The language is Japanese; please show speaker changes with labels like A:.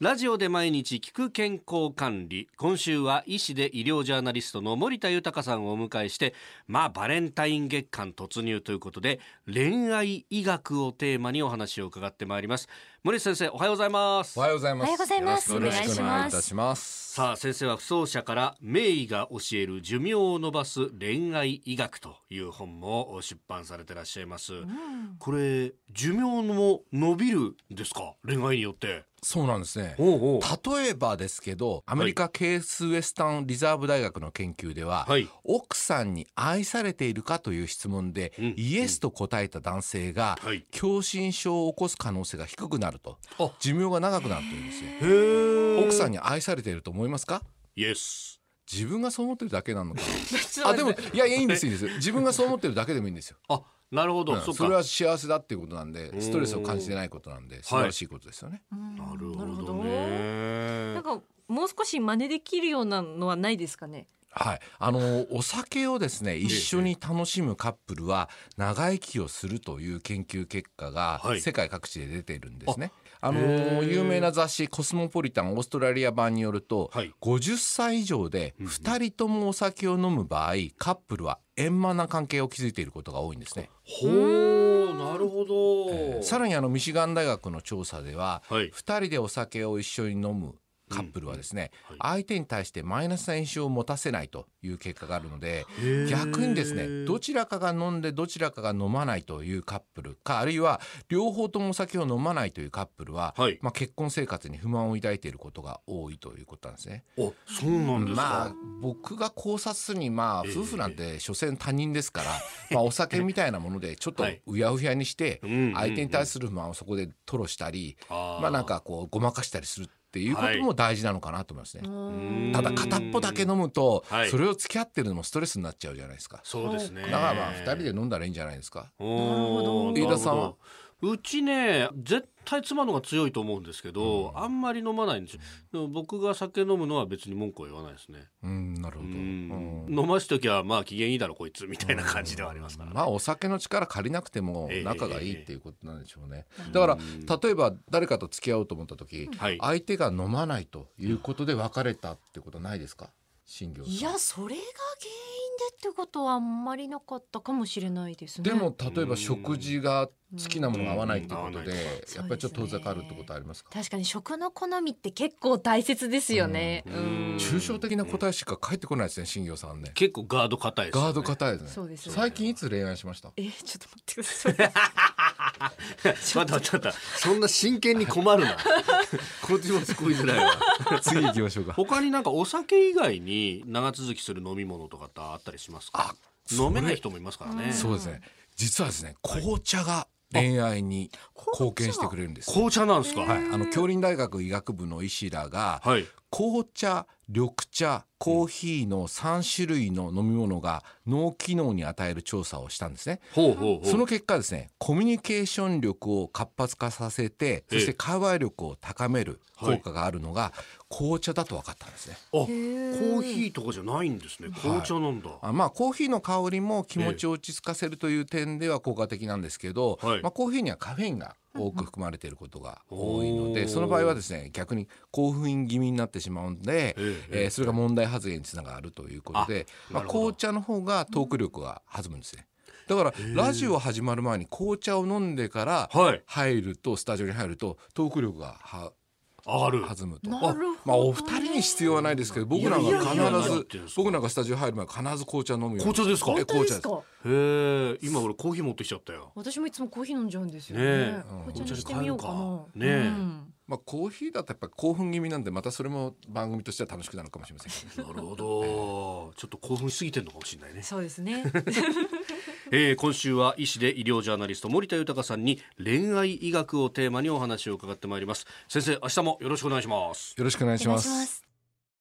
A: ラジオで毎日聞く健康管理。今週は医師で医療ジャーナリストの森田豊さんをお迎えして、まあバレンタイン月間突入ということで、恋愛医学をテーマにお話を伺ってまいります。森田先生、おはようございます
B: お。はようございます。
C: おはようございます
B: よろしくお願いいたします。
A: さあ先生は不走者から名医が教える寿命を伸ばす恋愛医学という本も出版されてらっしゃいます。これ、寿命も伸びるんですか恋愛によって。
B: そうなんですね。
A: おうおう
B: 例えばですけど、アメリカケースウェスタンリザーブ大学の研究では、
A: はい
B: 奥さんに愛されているかという質問で、
A: ん
B: イエスと答えた男性が、
A: はい
B: 狭心症を起こす可能性が低くなると
A: あ、
B: 寿命が長くなるというんですね。
A: へ
B: 奥さ
A: ん。
B: んに愛されていると思いますか
A: イエス。
B: 自分がそう思ってるだけな のかなあ、でも、いや、いいんです、いいんです。自分がそう思ってるだけでもいいんですよ。
A: あ、なるほど。
B: うん
A: そっか。
B: それ
A: な
B: は幸せだっていうことなんで、ストレスを感じてないことなんで、素晴らしいことですよね。
A: るほ
C: なるほ
A: ど
C: ど
A: ね
C: なん。かもう少し真似できるようなのはないですかね。
B: はい、あのお酒をですね一緒に楽しむカップルは長生きをするという研究結果が
A: はい
B: 世界各地で出ているんですね。あ
A: へ
B: の
A: ー
B: 有名な雑誌「コスモポリタンオーストラリア版」によると、
A: はい
B: 50歳以上で2人ともお酒を飲む場合カップルは円満な関係を築いていることが多いんですね。
A: ほう、なるほど。
B: さらにあのミシガン大学の調査では、
A: は
B: 二
A: い
B: 2人でお酒を一緒に飲むカップルはですね、
A: うんうん
B: 相手に対してマイナスな印象を持たせないという結果があるので
A: へー
B: 逆にですねどちらかが飲んでどちらかが飲まないというカップルかあるいは両方ともお酒を飲まないというカップルは、
A: はい
B: まあ、結婚生活に不満を抱いていることが多いということなんですね。
A: お、そうなんです
B: ま
A: か
B: あ。僕が考察するにまあ
A: ええ
B: 夫婦なんて所詮他人で すから、まあお酒みたいなものでちょっと
A: はいう
B: やうやにして
A: うんうんうん
B: 相手に対する不満をそこで吐露したり、
A: あー
B: まあなんかこうごまかしたりするっていうことも大事なのかなと思いますね。
A: ん
B: ただ片っぽだけ飲むと
A: はい
B: それを付き合ってるのもストレスになっちゃうじゃないですか。
A: そうですね。
B: だからまあ二人で飲んだらいいんじゃないですか。
A: おー
B: 飯田さんは
A: なるほどうちね絶対妻の方が強いと思うんですけど、あんまり飲まないんですよでも僕が酒飲むのは別に文句は言わないですね、
B: うんなるほど。
A: う
B: うん
A: ん、飲ましときゃまあ機嫌いいだろこいつみたいな感じではありますから、ね
B: まあお酒の力借りなくても
A: ええ
B: 仲がいいっていうことなんでしょうね。だから例えば誰かと付き合おうと思った時、
A: はい
B: 相手が飲まないということで別れたってことないですか？新業さん
C: いやそれが原因でってことはあんまりなかったかもしれないですね。
B: でも例えば食事が好きなものが合わないっていうこ
A: う
B: と
A: ん
B: で、
A: うん
B: やっぱりちょっと遠ざかるってことありますか？
C: 確かに食の好みって結構大切ですよね。
A: うん
C: うん
A: 確かに
B: 抽象的な答えしか返ってこないですね、新業さんね。
A: 結構ガード硬いですよね
B: ガード硬いですね。
C: そうですね
B: 最近いつ恋愛しました？
C: えちょっと待ってください。
A: 待って待って待ってそんな真剣に困る なこっちも作りづらいわ
B: 次行きましょうか。
A: 他になんかお酒以外に長続きする飲み物とかって あったりしますか
B: あ
A: 飲めない人もいますからね
B: そうですね。実はですね、紅茶が恋愛に貢献してくれるんです。
A: 紅茶なんですか
B: はい、あの京林大学医学部の医師らが、
A: はい
B: 紅茶緑茶コーヒーの3種類の飲み物が脳機能に与える調査をしたんですね。
A: ほうほうほう
B: その結果ですねコミュニケーション力を活発化させてそして会話力を高める効果があるのが紅茶だと分かったんですね。
A: あ、コーヒーとかじゃないんですね。紅茶なんだ。
B: あまあコーヒーの香りも気持ちを落ち着かせるという点では効果的なんですけど、
A: はい
B: まあ、コーヒーにはカフェインが多く含まれていることが多いの
A: おー
B: でその場合はですね逆に興奮気味になってしまうんで、
A: え
B: え
A: え
B: ーそれが問題発言につながるということで
A: あ
B: まあ、
A: なるほど
B: 紅茶の方がトーク力が弾むんですね。だからラジオ始まる前に紅茶を飲んでから
A: はい
B: 入るとスタジオに入るとトーク力がは
A: 上がる。
B: 弾むと。
C: なるほどね
B: まあお二人に必要はないですけど、僕ら
A: いやいやいや何
B: が
A: 言っ
B: 必
A: てんです
B: ず
A: か
B: 僕らがスタジオ入る前必ず紅茶飲むよう
A: 紅
B: に。
A: 茶ですか。
B: え
A: へ
C: 本当ですか
B: 紅。
A: え、今俺コーヒー持ってきちゃったよ。
C: 私もいつもコーヒー飲んじゃうんですよ
A: ね
C: ね。
A: え
C: 紅茶にしてみようか
A: 紅
C: な。
A: 茶に変えるかねえ
C: うん
B: まあコーヒーだとやっぱり興奮気味なんでまたそれも番組としては楽しくなるかもしれませんけどね。
A: なるほど。ちょっと興奮しすぎてるのかもしれないね。
C: そうですね。
A: えー、今週は医師で医療ジャーナリスト森田豊さんに恋愛医学をテーマにお話を伺ってまいります。先生、明日もよろしくお願いします。
B: よろしくお願いし
C: お願
B: ま
C: いしますす。